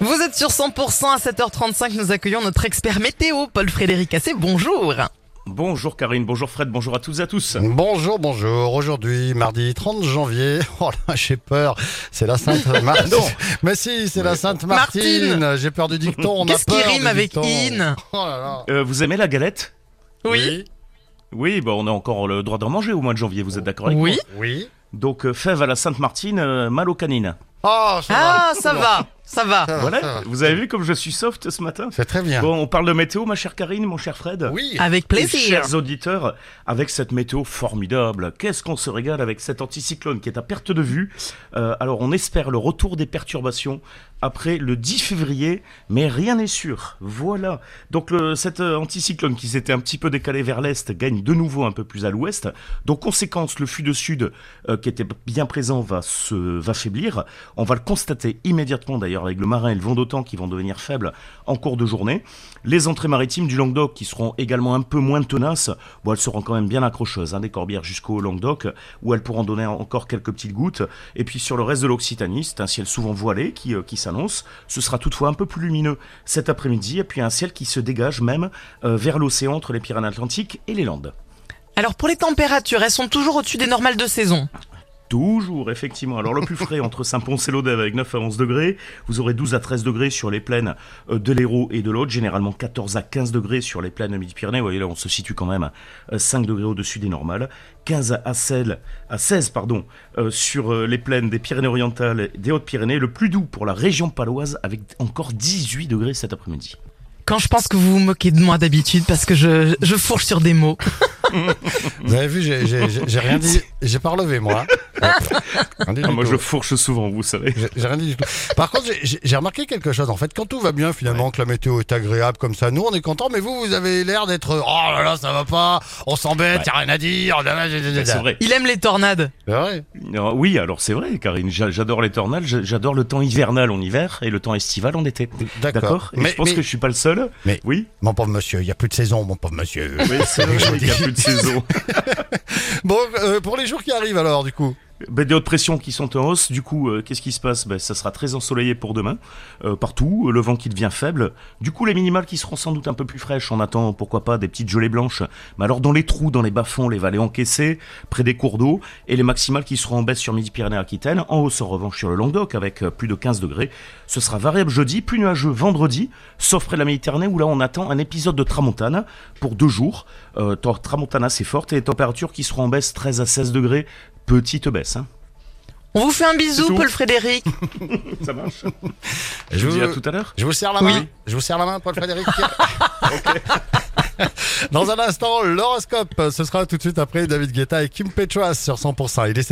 Vous êtes sur 100% à 7h35, nous accueillons notre expert météo, Paul-Frédéric Assé, bonjour Bonjour Karine, bonjour Fred, bonjour à tous et à tous. Bonjour, bonjour. Aujourd'hui, mardi 30 janvier. Oh là, j'ai peur. C'est la Sainte Ah Martine. Mais si, c'est la Sainte Martine. J'ai peur du dicton. On a Qu'est-ce qui peur rime du avec dicton. in Oh là là. Euh, vous aimez la galette Oui Oui, bah on a encore le droit d'en manger au mois de janvier, vous êtes d'accord avec Oui Oui. Donc euh, fève à la Sainte-Martine, euh, mal aux canines. Oh, ça va. Ah, ça va, ça va Ça va, ça Voilà, va. vous avez vu comme je suis soft ce matin C'est très bien. Bon, on parle de météo, ma chère Karine, mon cher Fred Ah. Oui. Avec Et plaisir Chers auditeurs, avec cette météo formidable, qu'est-ce qu'on se régale avec cet anticyclone qui est à perte de vue Euh, Alors, on espère le retour des perturbations après le 10 février, mais rien n'est sûr. Voilà. Donc, le, cet euh, anticyclone qui s'était un petit peu décalé vers l'est gagne de nouveau un peu plus à l'ouest. Donc, conséquence, le flux de sud euh, qui était bien présent va se va faiblir. On va le constater immédiatement d'ailleurs avec le marin et le vent d'autant qui vont devenir faibles en cours de journée. Les entrées maritimes du Languedoc qui seront également un peu moins tenaces. Bon, elles seront quand même bien accrocheuses, hein, des Corbières jusqu'au Languedoc, où elles pourront donner encore quelques petites gouttes. Et puis sur le reste de l'Occitanie, c'est un ciel souvent voilé qui, euh, qui s'annonce. Ce sera toutefois un peu plus lumineux cet après-midi, et puis un ciel qui se dégage même euh, vers l'océan entre les Pyrénées Atlantiques et les Landes. Alors pour les températures, elles sont toujours au-dessus des normales de saison. Toujours, effectivement. Alors, le plus frais entre Saint-Pons et l'Odève avec 9 à 11 degrés. Vous aurez 12 à 13 degrés sur les plaines euh, de l'Hérault et de l'Aude. Généralement 14 à 15 degrés sur les plaines de Midi-Pyrénées. Vous voyez, là, on se situe quand même à 5 degrés au-dessus des normales. 15 à 16, à 16 pardon, euh, sur euh, les plaines des Pyrénées-Orientales et des Hautes-Pyrénées. Le plus doux pour la région paloise avec encore 18 degrés cet après-midi. Quand je pense que vous vous moquez de moi d'habitude parce que je, je fourche sur des mots. Vous avez vu, j'ai- j'ai j'ai- j'ai rien dit. J'ai pas relevé, moi. Ouais. Rien dit du tout. Ah, fourche souvent, vous savez. J'ai- J'ai rien dit du tout. Par contre, j'ai- j'ai j'ai remarqué quelque chose. En fait, quand tout va bien, finalement, que la météo est agréable comme ça, nous, on est content. Mais vous, vous avez l'air d'être. Oh là là, ça va pas. On s'embête. Ouais. Y a rien à dire. Bah C'est vrai. Il aime les tornades. C'est vrai. Ah oui, alors c'est vrai, Karine. j'a- J'adore les tornades, j'a- j'adore le temps hivernal en hiver et le temps estival en été. D'accord. D'accord. Et Mais- Je pense mais- que je suis pas le seul. Mais- oui. Mon pauvre monsieur, il n'y a plus de saison, mon pauvre monsieur. Oui, c'est vrai qu'il y a plus de saison. bon, euh, pour les jours qui arrivent alors, du coup. Ben, des hautes pressions qui sont en hausse. Du coup, euh, qu'est-ce qui se passe ben, Ça sera très ensoleillé pour demain, euh, partout. euh, Le vent qui devient faible. Du coup, les minimales qui seront sans doute un peu plus fraîches. On attend, pourquoi pas, des petites gelées blanches. Mais alors, dans les trous, dans les bas-fonds, les vallées encaissées, près des cours d'eau. Et les maximales qui seront en baisse sur Midi-Pyrénées-Aquitaine. En hausse, en revanche, sur le Languedoc, avec euh, plus de 15 degrés. Ce sera variable jeudi, plus nuageux vendredi, sauf près de la Méditerranée, où là, on attend un épisode de tramontane pour deux jours. Euh, temps- tramontane assez forte et les températures qui seront en baisse 13 à 16 degrés. Petite baisse, hein. On vous fait un C'est bisou, tout. Paul-Frédéric. Ça marche. Je, Je vous vous, dis à tout à l'heure. je vous serre la Oui. main. Je vous serre la main, Paul Frédéric. Dans un instant, l'horoscope. Ce sera tout de suite après David Guetta et Kim Petras sur 100%. Il est